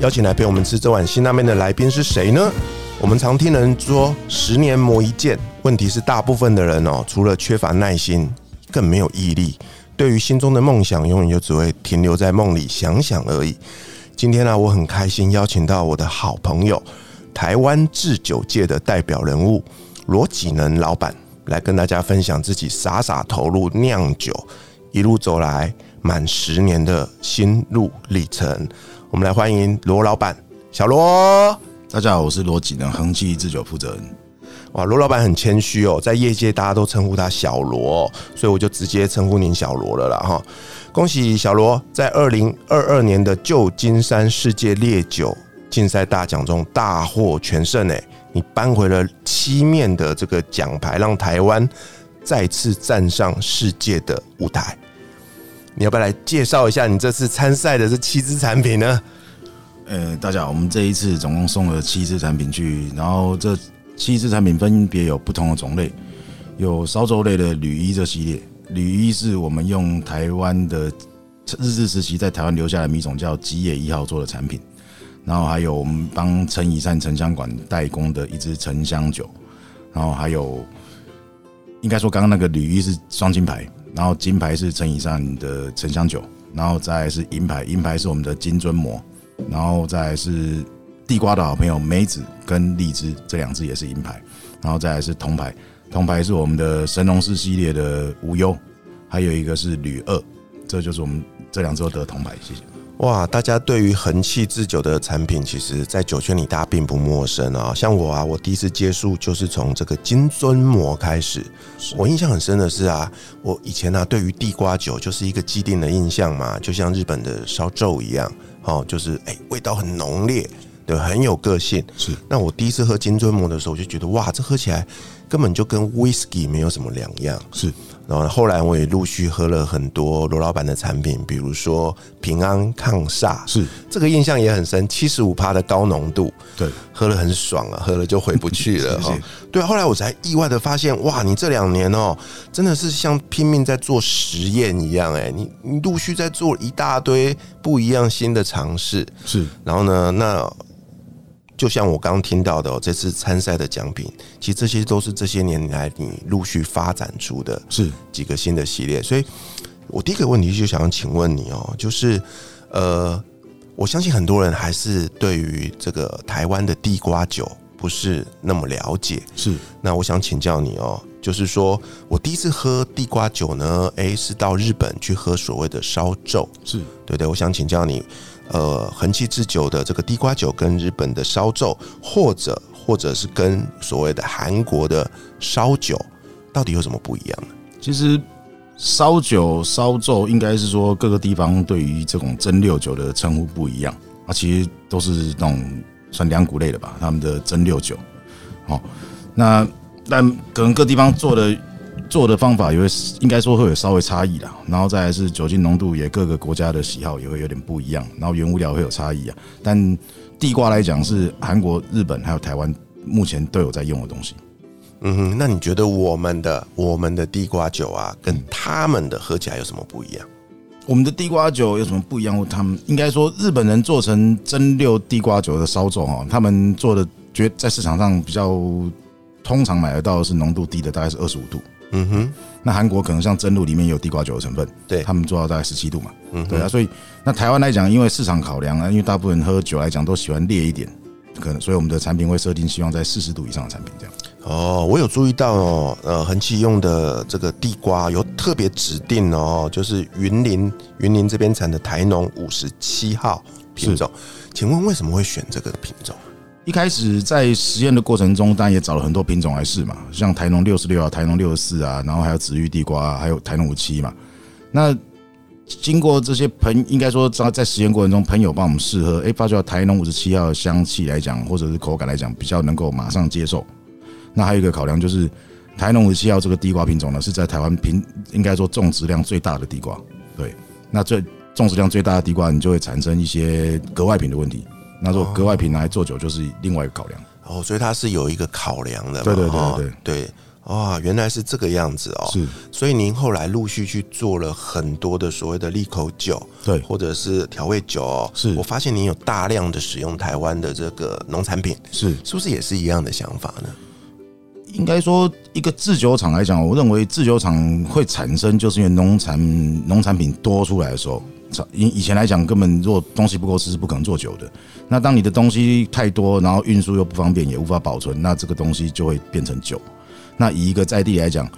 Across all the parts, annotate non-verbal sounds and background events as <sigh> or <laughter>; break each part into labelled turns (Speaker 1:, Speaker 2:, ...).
Speaker 1: 邀请来陪我们吃这碗辛拉面的来宾是谁呢？我们常听人说十年磨一剑，问题是大部分的人哦，除了缺乏耐心，更没有毅力。对于心中的梦想，永远就只会停留在梦里想想而已。今天呢、我很开心邀请到我的好朋友，台湾制酒界的代表人物罗启能老板，来跟大家分享自己傻傻投入酿酒，一路走来满十年的心路历程。我们来欢迎罗老板，小罗。
Speaker 2: 大家好，我是罗启能，恒记制酒负责人。
Speaker 1: 哇，罗老板很谦虚哦，在业界大家都称呼他小罗哦、所以我就直接称呼您小罗了啦哈。恭喜小罗在二零二二年的旧金山世界烈酒竞赛大奖中大获全胜诶，你扳回了七面的这个奖牌，让台湾再次站上世界的舞台。你要不要来介绍一下你这次参赛的这七支产品呢？
Speaker 2: 呃，大家好，我们这一次总共送了七支产品去，然后这七支产品分别有不同的种类，有烧酒类的铝一这系列，铝一是我们用台湾的日治时期在台湾留下的米种叫吉野一号做的产品，然后还有我们帮陈以善沉香馆代工的一支沉香酒，然后还有应该说刚刚那个铝一是双金牌，然后金牌是陈以善的沉香酒，然后再来是银牌，银牌是我们的金樽膜。然后再来是地瓜的好朋友梅子跟荔枝这两只也是银牌，然后再来是铜牌，铜牌是我们的神农氏系列的无忧，还有一个是吕二，这就是我们这两周得铜牌，谢谢。
Speaker 1: 哇，大家对于恒气制酒的产品，其实在酒圈里大家并不陌生啊。像我啊，我第一次接触就是从这个金樽膜开始。我印象很深的是啊，我以前啊，对于地瓜酒就是一个既定的印象嘛，就像日本的烧酒一样，哦，就是哎、味道很浓烈，对，很有个性。
Speaker 2: 是
Speaker 1: 那我第一次喝金樽膜的时候，我就觉得哇，这喝起来根本就跟 whisky 没有什么两样。
Speaker 2: 是
Speaker 1: 然后后来我也陆续喝了很多罗老板的产品，比如说平安抗煞，
Speaker 2: 是，
Speaker 1: 这个印象也很深，七十五趴的高浓度，
Speaker 2: 对，
Speaker 1: 喝了很爽啊，喝了就回不去了
Speaker 2: <laughs> 是
Speaker 1: 哈
Speaker 2: 是。
Speaker 1: 对，啊后来我才意外的发现，哇，你这两年哦，真的是像拼命在做实验一样，哎，你你陆续在做一大堆不一样新的尝试，
Speaker 2: 是
Speaker 1: 然后呢，那就像我刚刚听到的、哦，这次参赛的奖品，其实这些都是这些年来你陆续发展出的
Speaker 2: 是
Speaker 1: 几个新的系列。所以我第一个问题就想要请问你哦，就是呃，我相信很多人还是对于这个台湾的地瓜酒不是那么了解。
Speaker 2: 是
Speaker 1: 那我想请教你哦，就是说我第一次喝地瓜酒呢，诶、是到日本去喝所谓的烧酒。
Speaker 2: 是
Speaker 1: 对对，我想请教你，呃，恒气制酒的这个地瓜酒跟日本的烧酒，或者或者是跟所谓的韩国的烧酒，到底有什么不一样呢？
Speaker 2: 其实烧酒、烧酒应该是说各个地方对于这种蒸馏酒的称呼不一样啊，其实都是那种算两股类的吧，他们的蒸馏酒。好、那但可能各地方做的做的方法也会应该说会有稍微差异啦，然后再来是酒精浓度也各个国家的喜好也会有点不一样，然后原物料会有差异啊。但地瓜来讲是韩国、日本还有台湾目前都有在用的东西。
Speaker 1: 嗯哼，那你觉得我们的我们的地瓜酒啊，跟他们的喝起来有什么不一样？
Speaker 2: 我们的地瓜酒有什么不一样？他们应该说日本人做成蒸馏地瓜酒的烧酒哈，他们做的绝在市场上比较通常买得到的是浓度低的，大概是二十五度。
Speaker 1: 嗯哼，
Speaker 2: 那韩国可能像蒸露里面也有地瓜酒的成分，
Speaker 1: 对
Speaker 2: 他们做到大概十七度嘛，
Speaker 1: 嗯哼
Speaker 2: 对啊，所以那台湾来讲，因为市场考量啊，因为大部分喝酒来讲都喜欢烈一点，可能所以我们的产品会设定希望在四十度以上的产品这样。
Speaker 1: 哦，我有注意到哦，呃，恒气用的这个地瓜有特别指定哦，就是云林云林这边产的台农五十七号品种，请问为什么会选这个品种？
Speaker 2: 一开始在实验的过程中，当然也找了很多品种来试嘛，像台农六十六啊、台农六十四啊，然后还有紫玉地瓜、啊，还有台农五七嘛。那经过这些朋，应该说在在实验过程中，朋友帮我们试喝，诶，发觉台农五十七号的香气来讲，或者是口感来讲，比较能够马上接受。那还有一个考量就是，台农五十七号这个地瓜品种呢，是在台湾品应该说种植量最大的地瓜。对，那最种植量最大的地瓜，你就会产生一些格外品的问题。那如果格外品拿来做酒，就是另外一个考量。
Speaker 1: 哦，所以它是有一个考量的嘛，
Speaker 2: 对对对
Speaker 1: 哦
Speaker 2: 对
Speaker 1: 对，哇，原来是这个样子哦。
Speaker 2: 是，
Speaker 1: 所以您后来陆续去做了很多的所谓的利口酒，
Speaker 2: 对
Speaker 1: 或者是调味酒、哦。
Speaker 2: 是
Speaker 1: 我发现您有大量的使用台湾的这个农产品，
Speaker 2: 是。
Speaker 1: 是不是也是一样的想法呢？
Speaker 2: 应该说，一个制酒厂来讲，我认为制酒厂会产生，就是因为农产农产品多出来的时候，以以前来讲，根本如果东西不够吃，是不可能做酒的。那当你的东西太多，然后运输又不方便，也无法保存，那这个东西就会变成酒。那以一个在地来讲，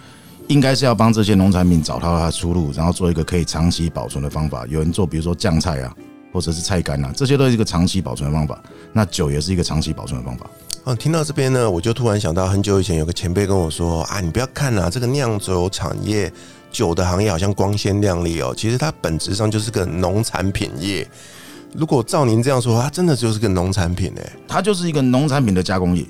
Speaker 2: 应该是要帮这些农产品找到它的出路，然后做一个可以长期保存的方法。有人做，比如说酱菜啊，或者是菜干啊，这些都是一个长期保存的方法。那酒也是一个长期保存的方法。
Speaker 1: 哦，听到这边呢，我就突然想到，很久以前有个前辈跟我说啊，你不要看啊，这个酿酒产业。酒的行业好像光鲜亮丽哦，其实它本质上就是个农产品业。如果照您这样说，它真的就是个农产品哎、
Speaker 2: 它就是一个农产品的加工业。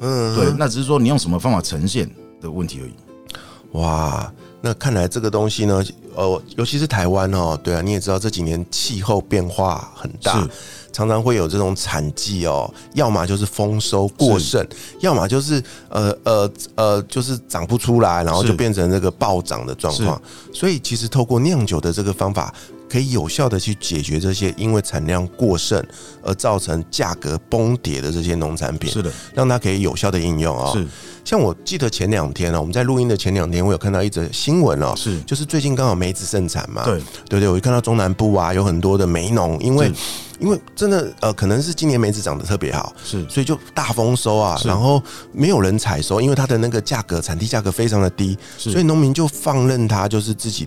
Speaker 1: 嗯，
Speaker 2: 对，那只是说你用什么方法呈现的问题而已。
Speaker 1: 哇，那看来这个东西呢，呃，尤其是台湾哦，对啊，你也知道这几年气候变化很大
Speaker 2: 是，
Speaker 1: 常常会有这种产季哦，要么就是丰收过剩，要么就是呃呃呃，就是长不出来，然后
Speaker 2: 是
Speaker 1: 就变成这个暴涨的状况。所以其实透过酿酒的这个方法。可以有效的去解决这些因为产量过剩而造成价格崩跌的这些农产品，
Speaker 2: 的，
Speaker 1: 让它可以有效的应用哦。
Speaker 2: 是
Speaker 1: 像我记得前两天呢、我们在录音的前两天，我有看到一则新闻哦、
Speaker 2: 是，
Speaker 1: 就是最近刚好梅子盛产嘛，
Speaker 2: 对，
Speaker 1: 对对，我就看到中南部啊有很多的梅农，啊因为因为真的呃，可能是今年梅子长得特别好，
Speaker 2: 是
Speaker 1: 所以就大丰收啊，
Speaker 2: 是
Speaker 1: 然后没有人采收，因为它的那个价格产地价格非常的低，
Speaker 2: 是
Speaker 1: 所以农民就放任它就是自己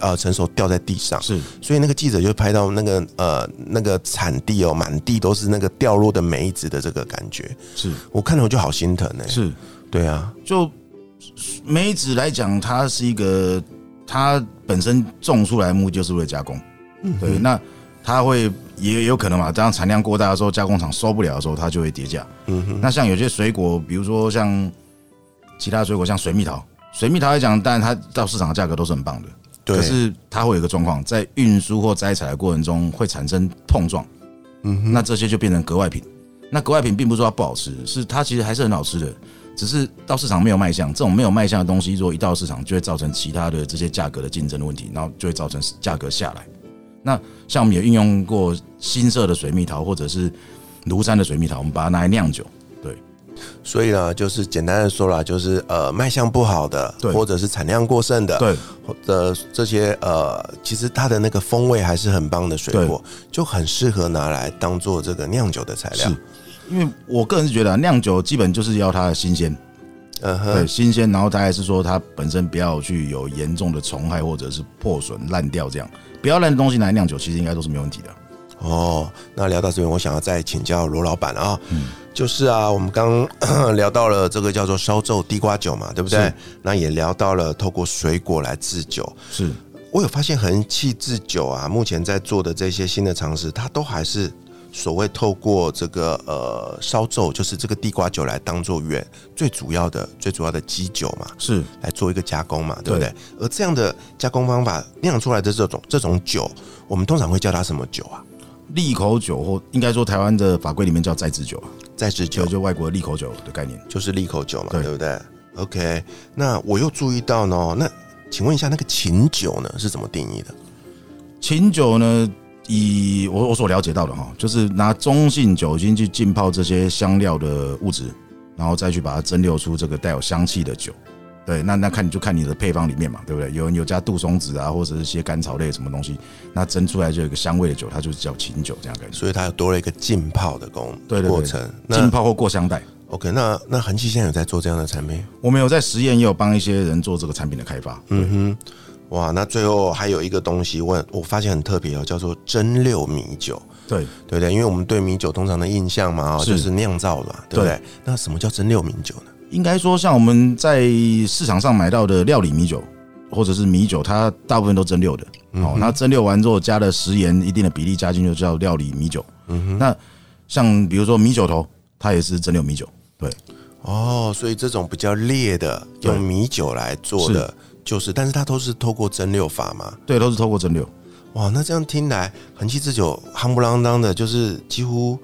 Speaker 1: 呃成熟掉在地上，
Speaker 2: 是
Speaker 1: 所以那个记者就拍到那个呃那个产地哦，满地都是那个掉落的梅子的这个感觉，
Speaker 2: 是
Speaker 1: 我看了我就好心疼哎、
Speaker 2: 是，
Speaker 1: 对啊。
Speaker 2: 就梅子来讲，它是一个，它本身种出来的目的就是为了加工。
Speaker 1: 嗯
Speaker 2: 对，那它会也有可能嘛，当产量过大的时候，加工厂收不了的时候，它就会跌价。
Speaker 1: 嗯哼，
Speaker 2: 那像有些水果，比如说像其他水果，像水蜜桃，水蜜桃来讲，当然它到市场的价格都是很棒的。
Speaker 1: 对，
Speaker 2: 可是它会有一个状况，在运输或摘采的过程中会产生碰撞，
Speaker 1: 嗯哼，
Speaker 2: 那这些就变成格外品。那格外品并不是说它不好吃，是它其实还是很好吃的，只是到市场没有卖相。这种没有卖相的东西，如果一到市场，就会造成其他的这些价格的竞争的问题，然后就会造成价格下来。那像我们也运用过新社的水蜜桃，或者是庐山的水蜜桃，我们把它拿来酿酒。
Speaker 1: 所以呢，就是简单的说啦，就是呃卖相不好的，
Speaker 2: 对
Speaker 1: 或者是产量过剩的，，
Speaker 2: 对，
Speaker 1: 或者这些呃，其实它的那个风味还是很棒的水果，就很适合拿来当做这个酿酒的材料
Speaker 2: 是。因为我个人是觉得啊酿、酒基本就是要它的新鲜，
Speaker 1: 嗯
Speaker 2: 对，
Speaker 1: 哼，
Speaker 2: 呃新鲜，然后大概是说它本身不要去有严重的虫害或者是破损、烂掉这样，不要烂的东西拿来酿酒，其实应该都是没问题的。
Speaker 1: 哦，那聊到这边，我想要再请教罗老板啊、
Speaker 2: 嗯
Speaker 1: 就是啊，我们刚 <coughs> 刚聊到了这个叫做烧皱地瓜酒嘛，对不对
Speaker 2: 是？
Speaker 1: 那也聊到了透过水果来制酒，
Speaker 2: 是
Speaker 1: 我有发现恒气制酒啊，目前在做的这些新的尝试，它都还是所谓透过这个呃烧皱，就是这个地瓜酒来当做原最主要的最主要的基酒嘛，
Speaker 2: 是，
Speaker 1: 来做一个加工嘛，对不对？而这样的加工方法酿出来的这种这种酒，我们通常会叫它什么酒啊？
Speaker 2: 利口酒或应该说台湾的法规里面叫再制酒啊，
Speaker 1: 再制酒
Speaker 2: 就就外国的利口酒的概念。
Speaker 1: 就是利口酒嘛，
Speaker 2: 对
Speaker 1: 对不对？OK，那我又注意到呢，那请问一下那个琴酒呢是怎么定义的？
Speaker 2: 琴酒呢，以我我所了解到的哈，就是拿中性酒精去浸泡这些香料的物质，然后再去把它蒸馏出这个带有香气的酒。对，那那看你就看你的配方里面嘛，对不对？有人有加杜松子啊，或者是一些甘草类什么东西，那蒸出来就有一个香味的酒，它就是叫琴酒这样的感觉。
Speaker 1: 所以它有多了一个浸泡的工
Speaker 2: 对对对
Speaker 1: 过程，那
Speaker 2: 浸泡或过香袋，
Speaker 1: OK，那那恒基现在有在做这样的产品，
Speaker 2: 我们有在实验，也有帮一些人做这个产品的开发。
Speaker 1: 嗯哼，哇，那最后还有一个东西，我我发现很特别哦，叫做蒸馏米酒，
Speaker 2: 对，
Speaker 1: 对不对？因为我们对米酒通常的印象嘛，哦，
Speaker 2: 是
Speaker 1: 就是酿造嘛，对不对？那什么叫蒸馏米酒呢？
Speaker 2: 应该说像我们在市场上买到的料理米酒，或者是米酒，它大部分都蒸馏的。
Speaker 1: 嗯
Speaker 2: 哦，那蒸馏完之后加了食盐一定的比例加进去，就叫料理米酒。
Speaker 1: 嗯
Speaker 2: 那像比如说米酒头，它也是蒸馏米酒。对，
Speaker 1: 哦，所以这种比较烈的，
Speaker 2: 对
Speaker 1: 用米酒来做的，就是，但是它都是透过蒸馏法嘛。
Speaker 2: 对，都是透过蒸馏。
Speaker 1: 哇，那这样听来，恒基之酒夯不啷当的，就是几乎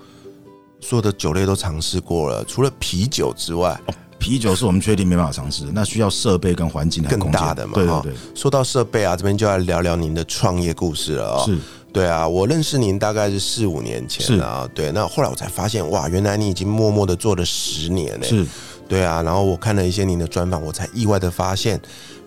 Speaker 1: 所有的酒类都尝试过了，除了啤酒之外，
Speaker 2: 啤酒是我们确定没办法尝试，那需要设备跟环境还有
Speaker 1: 更
Speaker 2: 空间
Speaker 1: 大的嘛
Speaker 2: 对
Speaker 1: 哈
Speaker 2: 对对，
Speaker 1: 说到设备啊，这边就要聊聊您的创业故事了哦。
Speaker 2: 是
Speaker 1: 对啊，我认识您大概是四五年前啊。对，那后来我才发现，哇，原来你已经默默的做了十年呢。
Speaker 2: 是
Speaker 1: 对啊，然后我看了一些您的专访，我才意外的发现，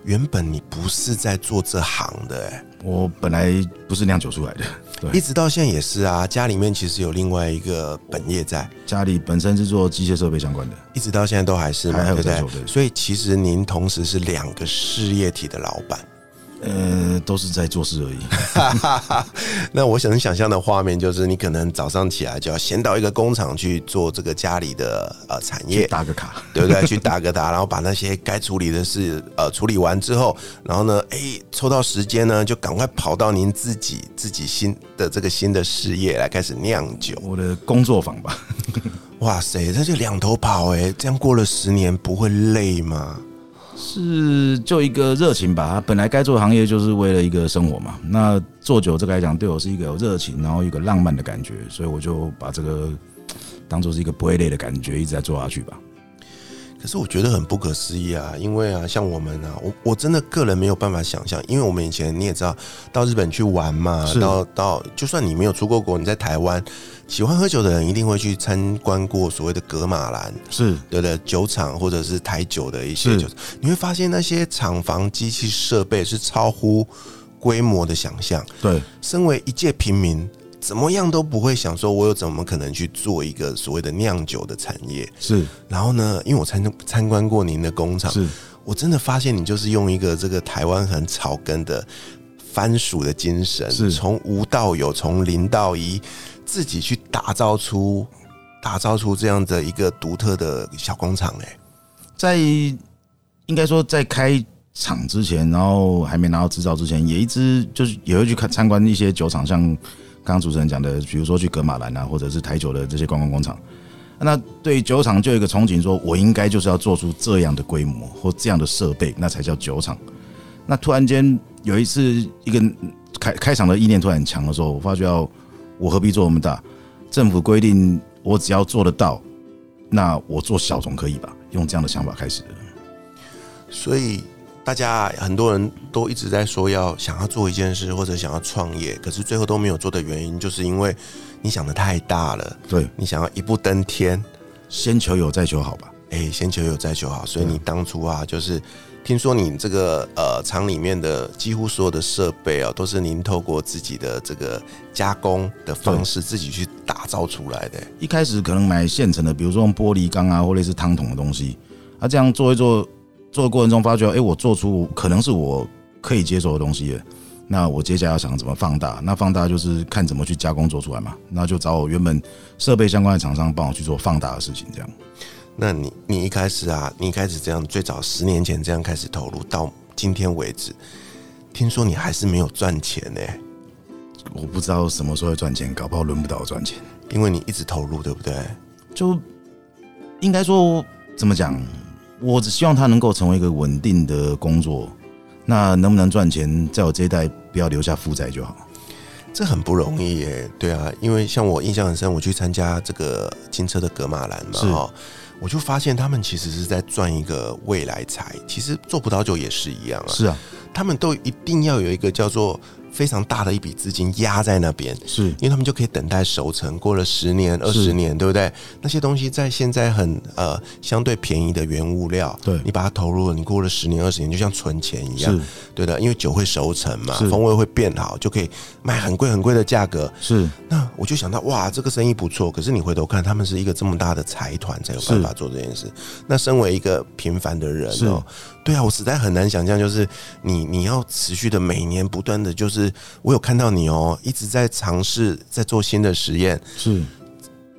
Speaker 1: 原本你不是在做这行的、欸，
Speaker 2: 我本来不是酿酒出来的，
Speaker 1: 一
Speaker 2: 对，
Speaker 1: 直到现在也是啊。家里面其实有另外一个本业在，
Speaker 2: 家里本身是做机械设备相关的，
Speaker 1: 一直到现在都还是嘛，
Speaker 2: 还有
Speaker 1: 对不
Speaker 2: 在
Speaker 1: 对
Speaker 2: 做对
Speaker 1: 所以其实您同时是两个事业体的老板。
Speaker 2: 呃，都是在做事而已。
Speaker 1: 哈哈哈， <laughs> 那我想想象的画面就是，你可能早上起来就要先到一个工厂去做这个家里的呃产
Speaker 2: 去
Speaker 1: 业，
Speaker 2: 打个卡，
Speaker 1: 对不对？去打个打，然 <laughs> 后把那些该处理的事呃处理完之后，然后呢，哎、抽到时间呢，就赶快跑到您自己自己新的这个新的事业来开始酿酒。
Speaker 2: 我的工作坊吧，
Speaker 1: 哇塞，这就两头跑哎、这样过了十年不会累吗？
Speaker 2: 是就一个热情吧。本来该做的行业就是为了一个生活嘛。那做酒这个来讲，对我是一个有热情，然后一个浪漫的感觉，所以我就把这个当做是一个不会累的感觉，一直在做下去吧。
Speaker 1: 可是我觉得很不可思议啊，因为啊，像我们啊，我我真的个人没有办法想象，因为我们以前你也知道，到日本去玩嘛，
Speaker 2: 是
Speaker 1: 到到就算你没有出过国，你在台湾喜欢喝酒的人一定会去参观过所谓的格马兰，
Speaker 2: 是
Speaker 1: 对不对？酒厂或者是台酒的一些
Speaker 2: 是
Speaker 1: 酒厂，你会发现那些厂房、机器设备是超乎规模的想象。
Speaker 2: 对，
Speaker 1: 身为一介平民，怎么样都不会想说，我有怎么可能去做一个所谓的酿酒的产业？
Speaker 2: 是
Speaker 1: 然后呢，因为我参参观过您的工厂，
Speaker 2: 是
Speaker 1: 我真的发现你就是用一个这个台湾很草根的番薯的精神，
Speaker 2: 是
Speaker 1: 从无到有，从零到一，自己去打造出打造出这样的一个独特的小工厂、哎，
Speaker 2: 在应该说在开厂之前，然后还没拿到执照之前，也一直就是也会去看参观一些酒厂，像刚刚主持人讲的，比如说去格马兰啊，或者是台酒的这些观光工厂。那对酒厂就有一个憧憬，说我应该就是要做出这样的规模或这样的设备，那才叫酒厂。那突然间有一次，一个开开场的意念突然很强的时候，我发觉到我何必做那么大？政府规定我只要做得到，那我做小总可以吧？用这样的想法开始的。
Speaker 1: 所以。大家很多人都一直在说要想要做一件事或者想要创业，可是最后都没有做的原因，就是因为你想的太大了，
Speaker 2: 对，
Speaker 1: 你想要一步登天，
Speaker 2: 先求有再求好吧。
Speaker 1: 哎、先求有再求好，所以你当初啊，就是听说你这个呃厂里面的几乎所有的设备啊，都是您透过自己的这个加工的方式自己去打造出来的、
Speaker 2: 一开始可能买现成的，比如说用玻璃缸啊，或类似汤桶的东西。啊，这样做一做，做的过程中发觉，哎、我做出可能是我可以接受的东西了。那我接下来要想怎么放大？那放大就是看怎么去加工做出来嘛。那就找我原本设备相关的厂商帮我去做放大的事情，这样。
Speaker 1: 那你你一开始啊，你一开始这样，最早十年前这样开始投入，到今天为止，听说你还是没有赚钱呢、
Speaker 2: 我不知道什么时候会赚钱，搞不好轮不到我赚钱。
Speaker 1: 因为你一直投入，对不对？
Speaker 2: 就应该说怎么讲，我只希望它能够成为一个稳定的工作。那能不能赚钱，在我这一代不要留下负债就好。
Speaker 1: 这很不容易耶，对啊，因为像我印象很深，我去参加这个金车的格马兰嘛，
Speaker 2: 是
Speaker 1: 哈，我就发现他们其实是在赚一个未来财，其实做葡萄酒也是一样啊，
Speaker 2: 是啊，
Speaker 1: 他们都一定要有一个叫做非常大的一笔资金压在那边，
Speaker 2: 是
Speaker 1: 因为他们就可以等待熟成，过了十年、二十年，对不对？那些东西在现在很呃相对便宜的原物料，
Speaker 2: 对
Speaker 1: 你把它投入了，你过了十年、二十年，就像存钱一样
Speaker 2: 是，
Speaker 1: 对的，因为酒会熟成嘛，
Speaker 2: 是
Speaker 1: 风味会变好，就可以卖很贵很贵的价格。
Speaker 2: 是
Speaker 1: 那我就想到，哇，这个生意不错。可是你回头看，他们是一个这么大的财团才有办法做这件事。那身为一个平凡的人
Speaker 2: 是
Speaker 1: 哦、对啊，我实在很难想象，就是你你要持续的每年不断的，就是我有看到你哦、一直在尝试在做新的实验，
Speaker 2: 是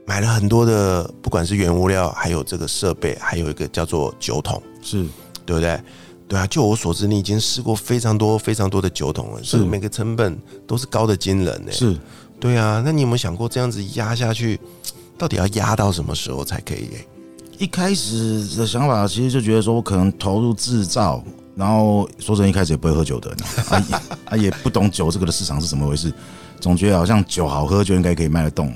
Speaker 1: 买了很多的，不管是原物料，还有这个设备，还有一个叫做酒桶，
Speaker 2: 是，
Speaker 1: 对不对？对啊，就我所知，你已经试过非常多非常多的酒桶了，是每个成本都是高的惊人呢、
Speaker 2: 是
Speaker 1: 对啊，那你有没有想过这样子压下去，到底要压到什么时候才可以、欸？
Speaker 2: 一开始的想法，其实就觉得说我可能投入制造，然后说真，一开始也不会喝酒的人，啊也啊也不懂酒这个的市场是怎么回事，总觉得好像酒好喝就应该可以卖得动。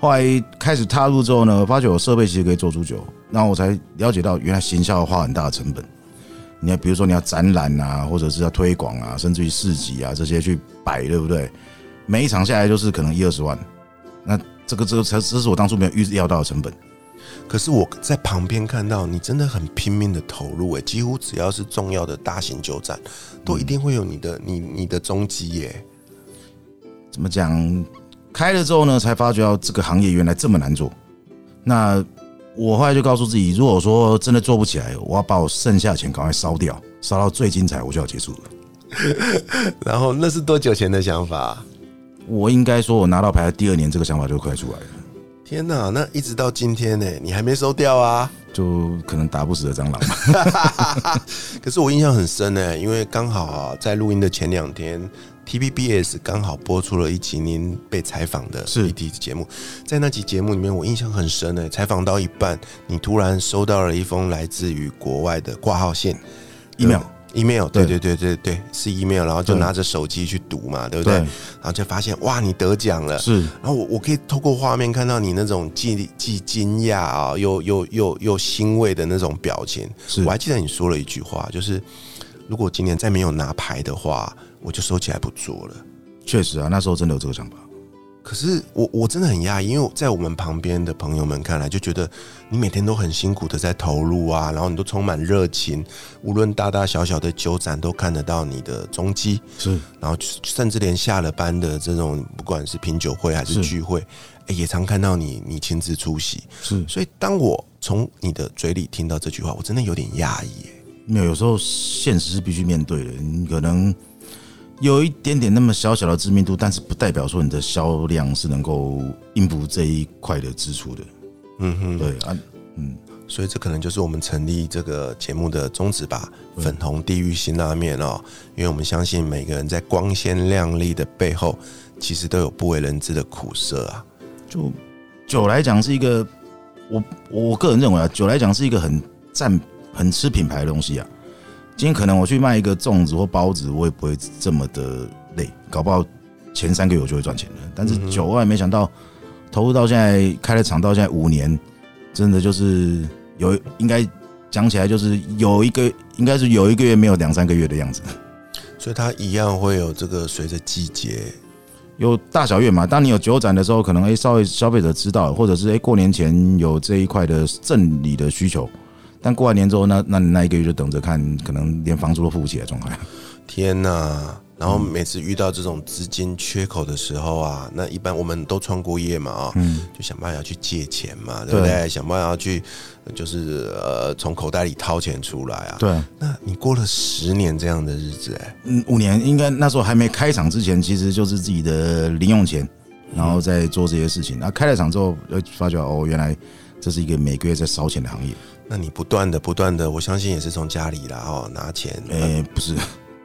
Speaker 2: 后来开始踏入之后呢，发觉有设备其实可以做出酒，然后我才了解到原来行销花很大的成本。你要比如说你要展览啊，或者是要推广啊，甚至于市集啊这些去摆，对不对？每一场下来就是可能一二十万，那这个这个才这是我当初没有预料到的成本。
Speaker 1: 可是我在旁边看到你真的很拼命的投入、欸，哎，几乎只要是重要的大型酒展，都一定会有你的你你的踪迹耶。
Speaker 2: 怎么讲？开了之后呢，才发觉到这个行业原来这么难做。那我后来就告诉自己，如果说真的做不起来，我要把我剩下的钱赶快烧掉，烧到最精彩，我就要结束了。
Speaker 1: 然后那是多久前的想法、啊
Speaker 2: 我应该说，我拿到牌的第二年，这个想法就快出来了，
Speaker 1: 天哪、那一直到今天呢、你还没收掉啊？
Speaker 2: 就可能打不死的蟑螂吧。
Speaker 1: 可是我印象很深呢、因为刚好啊，在录音的前两天，TBBS 刚好播出了一集您被采访的
Speaker 2: 是
Speaker 1: 一集节目，在那集节目里面，我印象很深呢、采访到一半，你突然收到了一封来自于国外的挂号信呃
Speaker 2: email。
Speaker 1: email，对对
Speaker 2: 对
Speaker 1: 对对对，是 email，然后就
Speaker 2: 对
Speaker 1: 拿着手机去读嘛，对不对？
Speaker 2: 对，
Speaker 1: 然后就发现哇，你得奖了，
Speaker 2: 是
Speaker 1: 然后我我可以透过画面看到你那种既既惊讶啊，又又又又欣慰的那种表情。
Speaker 2: 是
Speaker 1: 我还记得你说了一句话，就是如果今年再没有拿牌的话，我就收起来不做了。
Speaker 2: 确实啊，那时候真的有这个想法。
Speaker 1: 可是我我真的很讶异，因为在我们旁边的朋友们看来，就觉得你每天都很辛苦的在投入啊，然后你都充满热情，无论大大小小的酒展都看得到你的踪迹。
Speaker 2: 是
Speaker 1: 然后甚至连下了班的这种，不管是品酒会还是
Speaker 2: 是
Speaker 1: 聚会，诶也常看到你你亲自出席。
Speaker 2: 是，
Speaker 1: 所以当我从你的嘴里听到这句话，我真的有点讶异耶。
Speaker 2: 没有，有时候现实是必须面对的。你可能有一点点那么小小的知名度，但是不代表说你的销量是能够应付这一块的支出的。
Speaker 1: 嗯哼，
Speaker 2: 对啊，嗯，
Speaker 1: 所以这可能就是我们成立这个节目的宗旨吧，粉红地狱辛拉面哦，因为我们相信每个人在光鲜亮丽的背后，其实都有不为人知的苦涩啊。
Speaker 2: 就酒来讲是一个，我我个人认为啊，酒来讲是一个很占很吃品牌的东西啊。今天可能我去卖一个粽子或包子，我也不会这么的累，搞不好前三个月我就会赚钱了。但是酒外没想到投入到现在开了厂到现在五年，真的就是有应该讲起来就是有一个应该是有一个月没有两三个月的样子。
Speaker 1: 所以它一样会有这个随着季节，
Speaker 2: 有大小月嘛。当你有酒展的时候，可能哎、诶稍微消费者知道，或者是哎、诶过年前有这一块的正理的需求，但过完年之后，那那你那一个月就等着看，可能连房租都付不起来的状态。
Speaker 1: 天呐！然后每次遇到这种资金缺口的时候啊，那一般我们都创过业嘛啊、
Speaker 2: 嗯，
Speaker 1: 就想办法要去借钱嘛，对不
Speaker 2: 对
Speaker 1: 对？想办法要去就是呃从口袋里掏钱出来啊。
Speaker 2: 对，
Speaker 1: 那你过了十年这样的日子、哎，
Speaker 2: 嗯， <laughs> 五年应该那时候还没开场之前，其实就是自己的零用钱，然后再做这些事情。然后开了场之后，呃，发觉哦，原来这是一个每个月在烧钱的行业。
Speaker 1: 那你不断的不断的，我相信也是从家里啦哦拿钱，
Speaker 2: 哎、
Speaker 1: 呃
Speaker 2: 不是，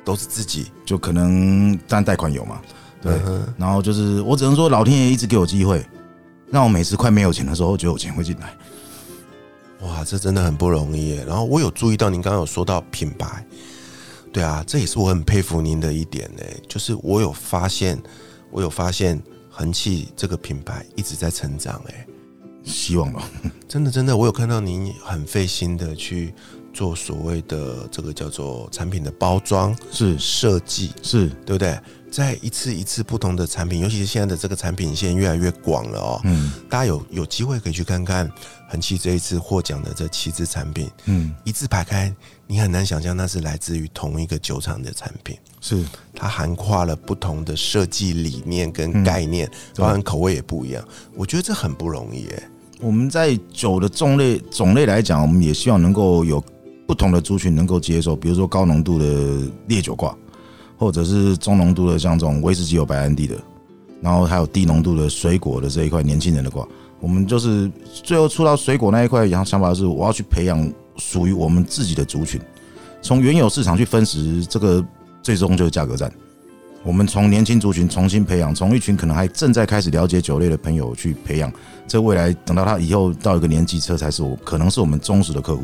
Speaker 1: 都是自己。
Speaker 2: 就可能但贷款有嘛，对，然后就是我只能说老天爷一直给我机会，让我每次快没有钱的时候，觉得有钱会进来。
Speaker 1: 哇，这真的很不容易耶。然后我有注意到您刚刚有说到品牌，对啊，这也是我很佩服您的一点呢，就是我有发现，我有发现恒气这个品牌一直在成长，哎，
Speaker 2: 希望吧，
Speaker 1: 真的真的，我有看到您很费心的去做所谓的这个叫做产品的包装
Speaker 2: 是
Speaker 1: 设计，
Speaker 2: 是，
Speaker 1: 对不对？在一次一次不同的产品，尤其是现在的这个产品线越来越广了哦，
Speaker 2: 嗯
Speaker 1: 大家有有机会可以去看看恒气这一次获奖的这七支产品，
Speaker 2: 嗯，
Speaker 1: 一字排开，你很难想象那是来自于同一个酒厂的产品，
Speaker 2: 是
Speaker 1: 它涵跨了不同的设计理念跟概念，包含口味也不一样。我觉得这很不容易耶。
Speaker 2: 我们在酒的种类种类来讲，我们也希望能够有不同的族群能够接受，比如说高浓度的烈酒挂，或者是中浓度的像这种威士忌有白兰地的，然后还有低浓度的水果的这一块年轻人的挂。我们就是最后出到水果那一块，然后想法是我要去培养属于我们自己的族群。从原有市场去分食，这个最终就是价格战。我们从年轻族群重新培养，从一群可能还正在开始了解酒类的朋友去培养，这未来等到他以后到一个年纪，这才是我可能是我们忠实的客户。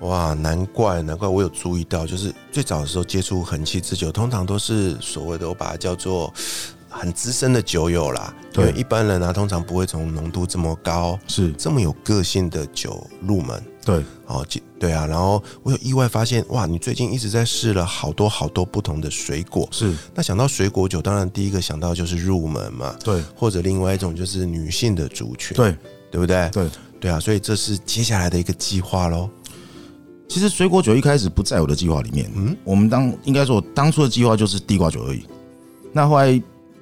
Speaker 1: 哇，难怪难怪我有注意到，就是最早的时候接触恒气之酒，通常都是所谓的我把它叫做很资深的酒友啦，因为
Speaker 2: 对
Speaker 1: 一般人啊通常不会从浓度这么高、
Speaker 2: 是
Speaker 1: 这么有个性的酒入门。
Speaker 2: 对，
Speaker 1: 哦，记对啊，然后我有意外发现，哇，你最近一直在试了好多好多不同的水果。
Speaker 2: 是，
Speaker 1: 那想到水果酒，当然第一个想到就是入门嘛，
Speaker 2: 对，
Speaker 1: 或者另外一种就是女性的族群，
Speaker 2: 对，
Speaker 1: 对不对？
Speaker 2: 对。
Speaker 1: 对啊，所以这是接下来的一个计划喽。
Speaker 2: 其实水果酒一开始不在我的计划里面，嗯，我们当应该说，我当初的计划就是地瓜酒而已。那后来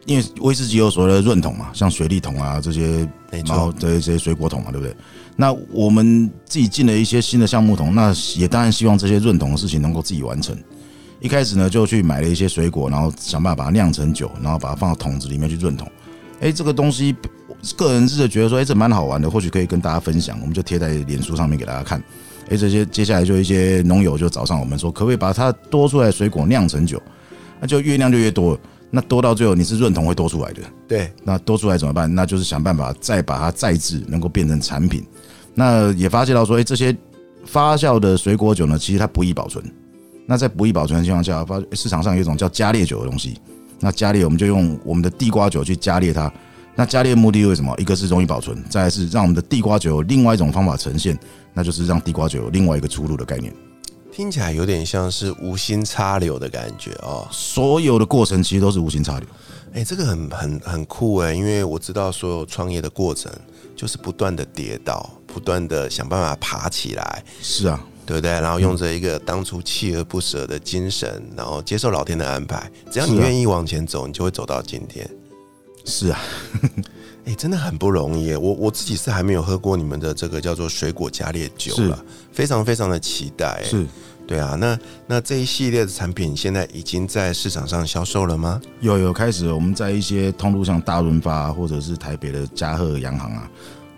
Speaker 2: 因为威士忌有所谓的润桶嘛，像雪莉桶啊这些
Speaker 1: 没
Speaker 2: 然后
Speaker 1: 错，
Speaker 2: 这些水果桶嘛，对不对？那我们自己进了一些新的橡木桶，那也当然希望这些润桶的事情能够自己完成。一开始呢，就去买了一些水果，然后想办法把它酿成酒，然后把它放到桶子里面去润桶。哎，这个东西，我个人是觉得说，哎，这蛮好玩的，或许可以跟大家分享，我们就贴在脸书上面给大家看。哎，这些接下来就一些农友就找上我们说，可不可以把它多出来的水果酿成酒？那就越酿就越多了，那多到最后你是润桶会多出来的，
Speaker 1: 对，
Speaker 2: 那多出来怎么办？那就是想办法再把它再制，能够变成产品。那也发现到说，哎、这些发酵的水果酒呢，其实它不易保存。那在不易保存的情况下，发市场上有一种叫加烈酒的东西。那加烈，我们就用我们的地瓜酒去加烈它。那加烈的目的为什么？一个是容易保存，再来是让我们的地瓜酒有另外一种方法呈现，那就是让地瓜酒有另外一个出路的概念。
Speaker 1: 听起来有点像是无心插柳的感觉哦。
Speaker 2: 所有的过程其实都是无心插柳。
Speaker 1: 哎、这个很很很酷哎、因为我知道所有创业的过程就是不断的跌倒，不断的想办法爬起来，
Speaker 2: 是啊，
Speaker 1: 对不对？然后用着一个当初锲而不舍的精神，然后接受老天的安排。只要你
Speaker 2: 是啊
Speaker 1: 愿意往前走，你就会走到今天。
Speaker 2: 是啊，
Speaker 1: 哎、真的很不容易耶。我我自己是还没有喝过你们的这个叫做水果加烈酒
Speaker 2: 是
Speaker 1: 了，非常非常的期待。，
Speaker 2: 是。
Speaker 1: 对啊。那那这一系列的产品现在已经在市场上销售了吗？
Speaker 2: 有有开始，我们在一些通路像大润发、啊、或者是台北的嘉禾洋行啊，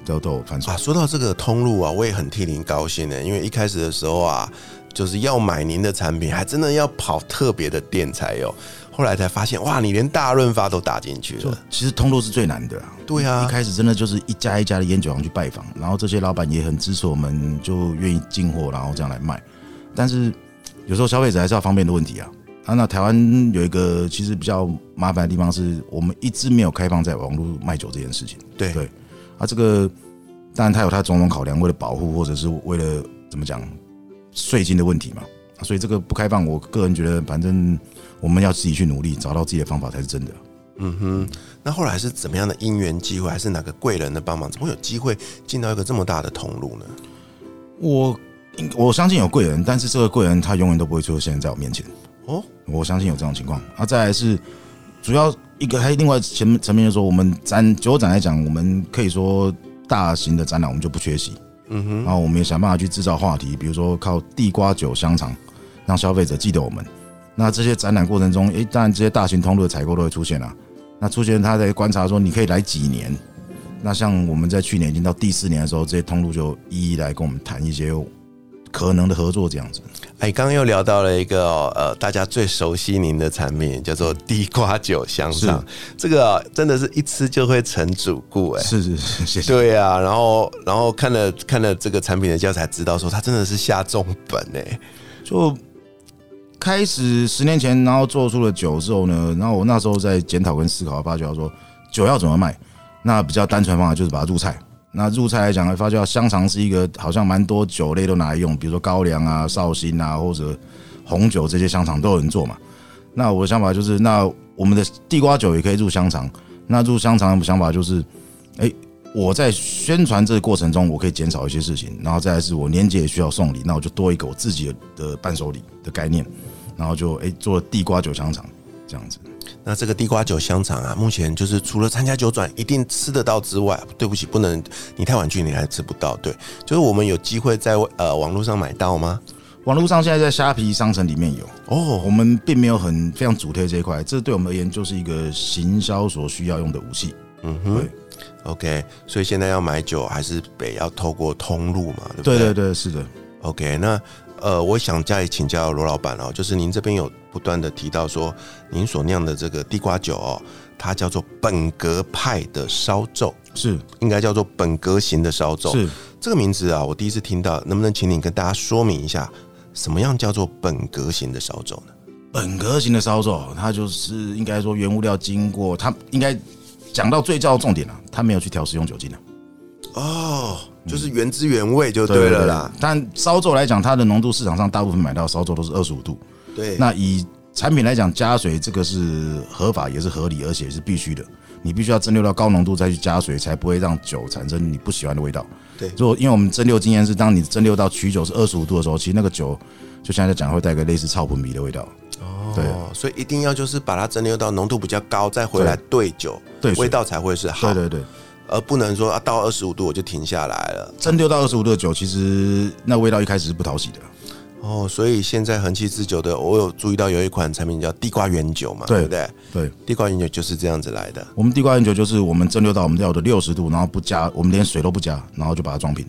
Speaker 2: 都都有贩售
Speaker 1: 啊，。说到这个通路啊，我也很替您高兴呢，因为一开始的时候啊，就是要买您的产品，还真的要跑特别的店才有。后来才发现，哇，你连大润发都打进去
Speaker 2: 就
Speaker 1: 了。
Speaker 2: 其实通路是最难的啊。
Speaker 1: 啊对啊
Speaker 2: 一，开始真的就是一家一家的烟酒行去拜访，然后这些老板也很支持我们，就愿意进货，然后这样来卖。但是有时候消费者还是要方便的问题啊。啊，那台湾有一个其实比较麻烦的地方是，我们一直没有开放在网络卖酒这件事情。
Speaker 1: 对
Speaker 2: 对啊，这个当然它有它种种考量，为了保护或者是为了怎么讲税金的问题嘛。啊所以这个不开放，我个人觉得，反正我们要自己去努力，找到自己的方法才是真的。
Speaker 1: 嗯哼。那后来是怎么样的因缘机会，还是哪个贵人的帮忙，怎么会有机会进到一个这么大的通路呢？
Speaker 2: 我我相信有贵人，但是这个贵人他永远都不会出现在我面前。
Speaker 1: 哦，
Speaker 2: 我相信有这种情况。啊，再来是主要一个，还有另外前面层面就是说，我们展酒展来讲，我们可以说大型的展览我们就不缺席，
Speaker 1: 嗯
Speaker 2: 然后我们也想办法去制造话题，比如说靠地瓜酒香肠让消费者记得我们。那这些展览过程中，诶，当然这些大型通路的采购都会出现啊。那出现他在观察说，你可以来几年。那像我们在去年已经到第四年的时候，这些通路就一一来跟我们谈一些可能的合作，这样子。
Speaker 1: 哼，哎，刚刚又聊到了一个哦呃，大家最熟悉您的产品叫做地瓜酒香肠，这个啊真的是一吃就会成主顾哎。
Speaker 2: 是是是，谢谢。
Speaker 1: 对啊，然后然后看了看了这个产品的介绍，才知道说他真的是下重本哎、
Speaker 2: 就开始十年前，然后做出了酒之后呢，然后我那时候在检讨跟思考，发觉到说酒要怎么卖，那比较单纯的方法就是把它入菜。那入菜来讲，发觉到香肠是一个好像蛮多酒类都拿来用，比如说高粱啊、绍兴啊，或者红酒这些香肠都有人做嘛。那我的想法就是，那我们的地瓜酒也可以入香肠。那入香肠的想法就是，哎、我在宣传这个过程中，我可以减少一些事情，然后再来是我年节也需要送礼，那我就多一个我自己的的伴手礼的概念，然后就哎、做了地瓜酒香肠这样子。
Speaker 1: 那这个地瓜酒香肠啊，目前就是除了参加酒展一定吃得到之外，啊对不起，不能你太晚去你还吃不到。对，就是我们有机会在呃网络上买到吗？
Speaker 2: 网络上现在在虾皮商城里面有
Speaker 1: 哦
Speaker 2: 我们并没有很非常主推这一块，这对我们而言就是一个行销所需要用的武器。
Speaker 1: 嗯
Speaker 2: 对
Speaker 1: 哼，OK，所以现在要买酒还是得要透过通路嘛，对不
Speaker 2: 对
Speaker 1: 对
Speaker 2: 对对，是的，
Speaker 1: o k 那呃，我想再请教罗老板哦，就是您这边有不断的提到说，您所酿的这个地瓜酒哦，它叫做本格派的烧酒，
Speaker 2: 是
Speaker 1: 应该叫做本格型的烧酒。
Speaker 2: 是，
Speaker 1: 这个名字啊，我第一次听到，能不能请你跟大家说明一下，什么样叫做本格型的烧酒呢？
Speaker 2: 本格型的烧酒，它就是应该说原物料经过，它应该讲到最重重点了、啊它没有去调食用酒精的、
Speaker 1: 哦，就是原汁原味就对了啦。
Speaker 2: 但烧酒来讲，它的浓度市场上大部分买到烧酒都是二十五度。
Speaker 1: 对，
Speaker 2: 那以产品来讲，加水这个是合法，也是合理，而且是必须的。你必须要蒸馏到高浓度再去加水，才不会让酒产生你不喜欢的味道。
Speaker 1: 对
Speaker 2: 如果因为我们蒸馏经验是，当你蒸馏到曲酒是二十五度的时候，其实那个酒就像在讲会带个类似草本米的味道。
Speaker 1: 哦，所以一定要就是把它蒸馏到浓度比较高，再回来兑酒，
Speaker 2: 对水
Speaker 1: 味道才会是好，
Speaker 2: 对对对，
Speaker 1: 而不能说啊到二十五度我就停下来了。
Speaker 2: 蒸馏到二十五度的酒，其实那味道一开始是不讨喜的。
Speaker 1: 哦，所以现在恒气制酒的，我有注意到有一款产品叫地瓜原酒嘛，对
Speaker 2: 对
Speaker 1: 不对？
Speaker 2: 对
Speaker 1: 地瓜原酒就是这样子来的。
Speaker 2: 我们地瓜原酒就是我们蒸馏到我们要的六十度，然后不加，我们连水都不加，然后就把它装瓶。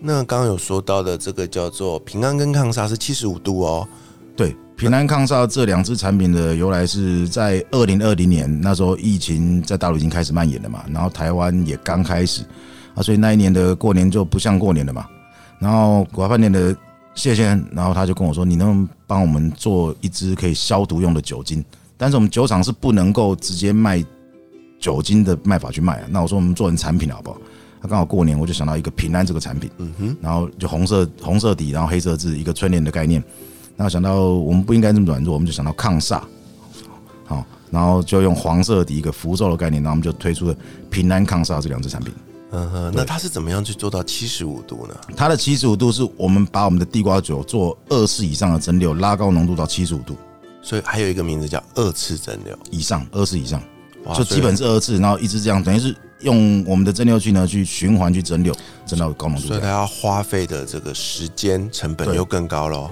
Speaker 1: 那刚刚有说到的这个叫做平安跟抗沙是七十五度哦，
Speaker 2: 对，平安抗沙这两支产品的由来是在二零二零年，那时候疫情在大陆已经开始蔓延了嘛，然后台湾也刚开始啊，所以那一年的过年就不像过年了嘛。然后古华饭店的谢先生，然后他就跟我说：“你能不能帮我们做一支可以消毒用的酒精？但是我们酒厂是不能够直接卖酒精的卖法去卖啊。”那我说：“我们做成产品好不好？”他刚好过年，我就想到一个平安这个产品，嗯哼，然后就红色红色底，然后黑色字，一个春联的概念。那想到我们不应该这么软弱，我们就想到抗煞，好，然后就用黄色的一个符咒的概念，然后我们就推出了平安抗煞这两支产品。
Speaker 1: 嗯哼，那它是怎么样去做到七十五度呢？
Speaker 2: 它的七十五度是我们把我们的地瓜酒做二次以上的蒸馏，拉高浓度到七十五度
Speaker 1: 所以还有一个名字叫二次蒸馏，
Speaker 2: 以上，二次以上，
Speaker 1: 哇
Speaker 2: 就
Speaker 1: 所以
Speaker 2: 基本是二次，然后一直这样，等于是用我们的蒸馏器呢去循环去蒸馏，蒸到高浓度
Speaker 1: 所
Speaker 2: 这
Speaker 1: 以它
Speaker 2: 样。
Speaker 1: 要花费的这个时间成本
Speaker 2: 对
Speaker 1: 又更高喽。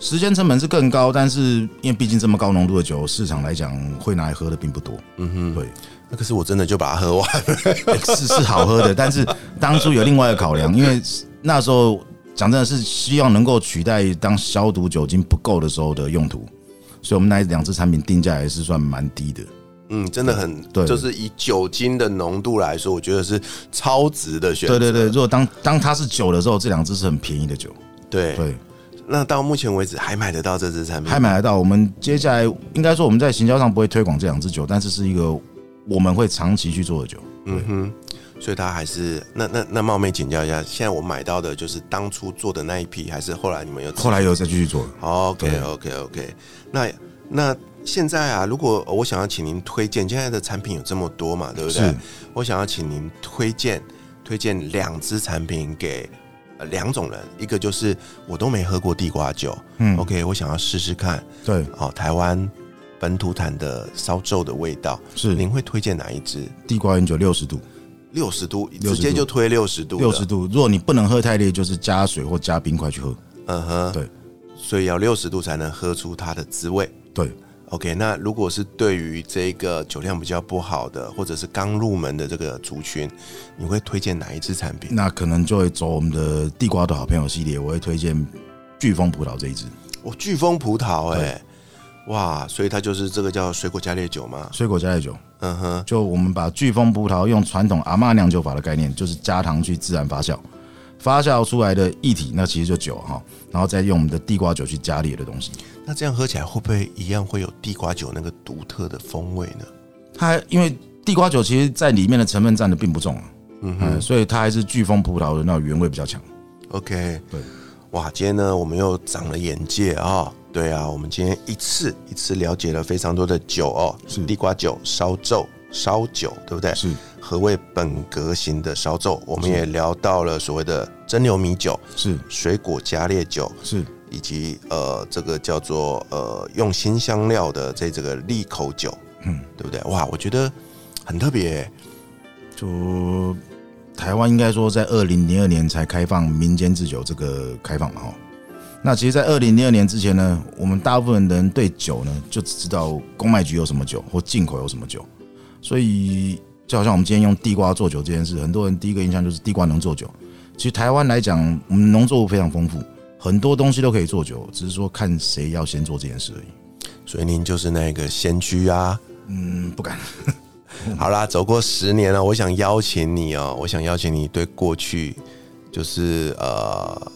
Speaker 2: 时间成本是更高，但是因为毕竟这么高浓度的酒，市场来讲会拿来喝的并不多。嗯哼，对。
Speaker 1: 那可是我真的就把它喝完 <laughs> 了。
Speaker 2: 是是好喝的，但是当初有另外的考量，因为那时候讲真的是希望能够取代当消毒酒精不够的时候的用途，所以我们那两支产品定价也是算蛮低的。
Speaker 1: 嗯，真的很，
Speaker 2: 对
Speaker 1: 就是以酒精的浓度来说，我觉得是超值的选
Speaker 2: 对
Speaker 1: 择。
Speaker 2: 对对，如果当当它是酒的时候，这两支是很便宜的酒，
Speaker 1: 对
Speaker 2: 对，
Speaker 1: 那到目前为止还买得到这支产品？
Speaker 2: 还买得到。我们接下来应该说我们在行销上不会推广这两支酒，但是是一个我们会长期去做的酒。
Speaker 1: 嗯哼，所以它还是那那那冒昧请教一下，现在我买到的就是当初做的那一批，还是后来你们又
Speaker 2: 后来又再继续做，
Speaker 1: ？OK
Speaker 2: 对
Speaker 1: OK OK，那那。现在啊，如果我想要请您推荐，现在的产品有这么多嘛，对不对
Speaker 2: 是？
Speaker 1: 我想要请您推荐推荐两支产品给呃两种人，一个就是我都没喝过地瓜酒、
Speaker 2: 嗯
Speaker 1: o，k 我想要试试看，
Speaker 2: 对，
Speaker 1: 哦，台湾本土产的烧酒的味道，
Speaker 2: 是
Speaker 1: 您会推荐哪一支？
Speaker 2: 地瓜原酒六十度。
Speaker 1: 六十度，直
Speaker 2: 度
Speaker 1: 接就推六十度，
Speaker 2: 六十，度，如果你不能喝太烈，就是加水或加冰块去喝。
Speaker 1: 嗯哼，
Speaker 2: 对，
Speaker 1: 所以要六十度才能喝出它的滋味。
Speaker 2: 对，
Speaker 1: OK，那如果是对于这个酒量比较不好的，或者是刚入门的这个族群，你会推荐哪一支产品？
Speaker 2: 那可能就会走我们的地瓜的好朋友系列，我会推荐飓风葡萄这一支
Speaker 1: 我飓风哦葡萄、哎，哇，所以它就是这个叫水果加烈酒嘛，
Speaker 2: 水果加烈酒。
Speaker 1: 嗯哼，
Speaker 2: 就我们把飓风葡萄用传统阿嬷酿酒法的概念，就是加糖去自然发酵，发酵出来的液体，那其实就酒哈，然后再用我们的地瓜酒去加烈的东西。
Speaker 1: 那这样喝起来会不会一样会有地瓜酒那个独特的风味呢？
Speaker 2: 它因为地瓜酒其实在里面的成分占的并不重啊，
Speaker 1: 嗯哼
Speaker 2: 嗯，所以它还是飓风葡萄的那种原味比较强。
Speaker 1: ，OK，
Speaker 2: 对，
Speaker 1: 哇，今天呢，我们又长了眼界啊、对啊，我们今天一次一次了解了非常多的酒哦，
Speaker 2: 是
Speaker 1: 地瓜酒、烧酒、烧酒，对不对？
Speaker 2: 是
Speaker 1: 何谓本格型的烧酒？我们也聊到了所谓的蒸馏米酒、
Speaker 2: 是
Speaker 1: 水果加烈酒，
Speaker 2: 是，
Speaker 1: 以及呃，这个叫做呃用新香料的这这个利口酒，
Speaker 2: 嗯，
Speaker 1: 对不对？哇，我觉得很特别、
Speaker 2: 就台湾应该说在二零零二年才开放民间制酒这个开放嘛哈。那其实，在二零零二年之前呢，我们大部分人对酒呢，就只知道公卖局有什么酒或进口有什么酒，所以就好像我们今天用地瓜做酒这件事，很多人第一个印象就是地瓜能做酒。其实台湾来讲，我们农作物非常丰富，很多东西都可以做酒，只是说看谁要先做这件事而已。
Speaker 1: 所以您就是那个先驱啊。
Speaker 2: 嗯，不敢。
Speaker 1: 好啦，走过十年了，我想邀请你哦、我想邀请你对过去，就是呃，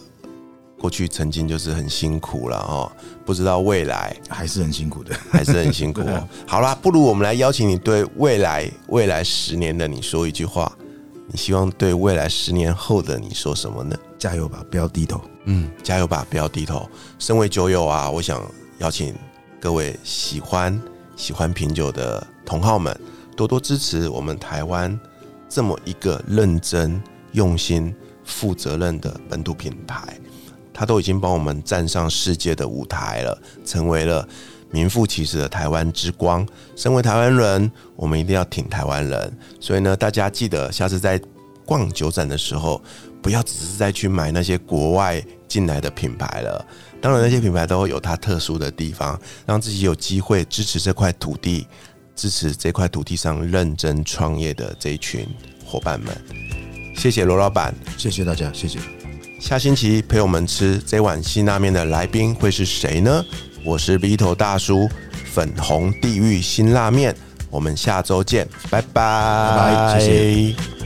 Speaker 1: 过去曾经就是很辛苦了哦，不知道未来
Speaker 2: 还是很辛苦的。 <laughs>
Speaker 1: 还是很辛苦、哦。好啦，不如我们来邀请你对未来未来十年的你说一句话，你希望对未来十年后的你说什么呢？
Speaker 2: 加油吧，不要低头。
Speaker 1: 嗯，加油吧，不要低头。身为酒友啊，我想邀请各位喜欢喜欢品酒的同好们，多多支持我们台湾这么一个认真、用心、负责任的本土品牌。它都已经帮我们站上世界的舞台了，成为了名副其实的台湾之光。身为台湾人，我们一定要挺台湾人。所以呢，大家记得下次在逛酒展的时候，不要只是再去买那些国外进来的品牌了。当然，那些品牌都有它特殊的地方，让自己有机会支持这块土地，支持这块土地上认真创业的这一群伙伴们。谢谢罗老板，
Speaker 2: 谢谢大家，谢谢。
Speaker 1: 下星期陪我们吃这碗辛拉面的来宾会是谁呢？我是 Vito 大叔，粉红地狱辛拉面，我们下周见，拜拜，
Speaker 2: 拜谢谢。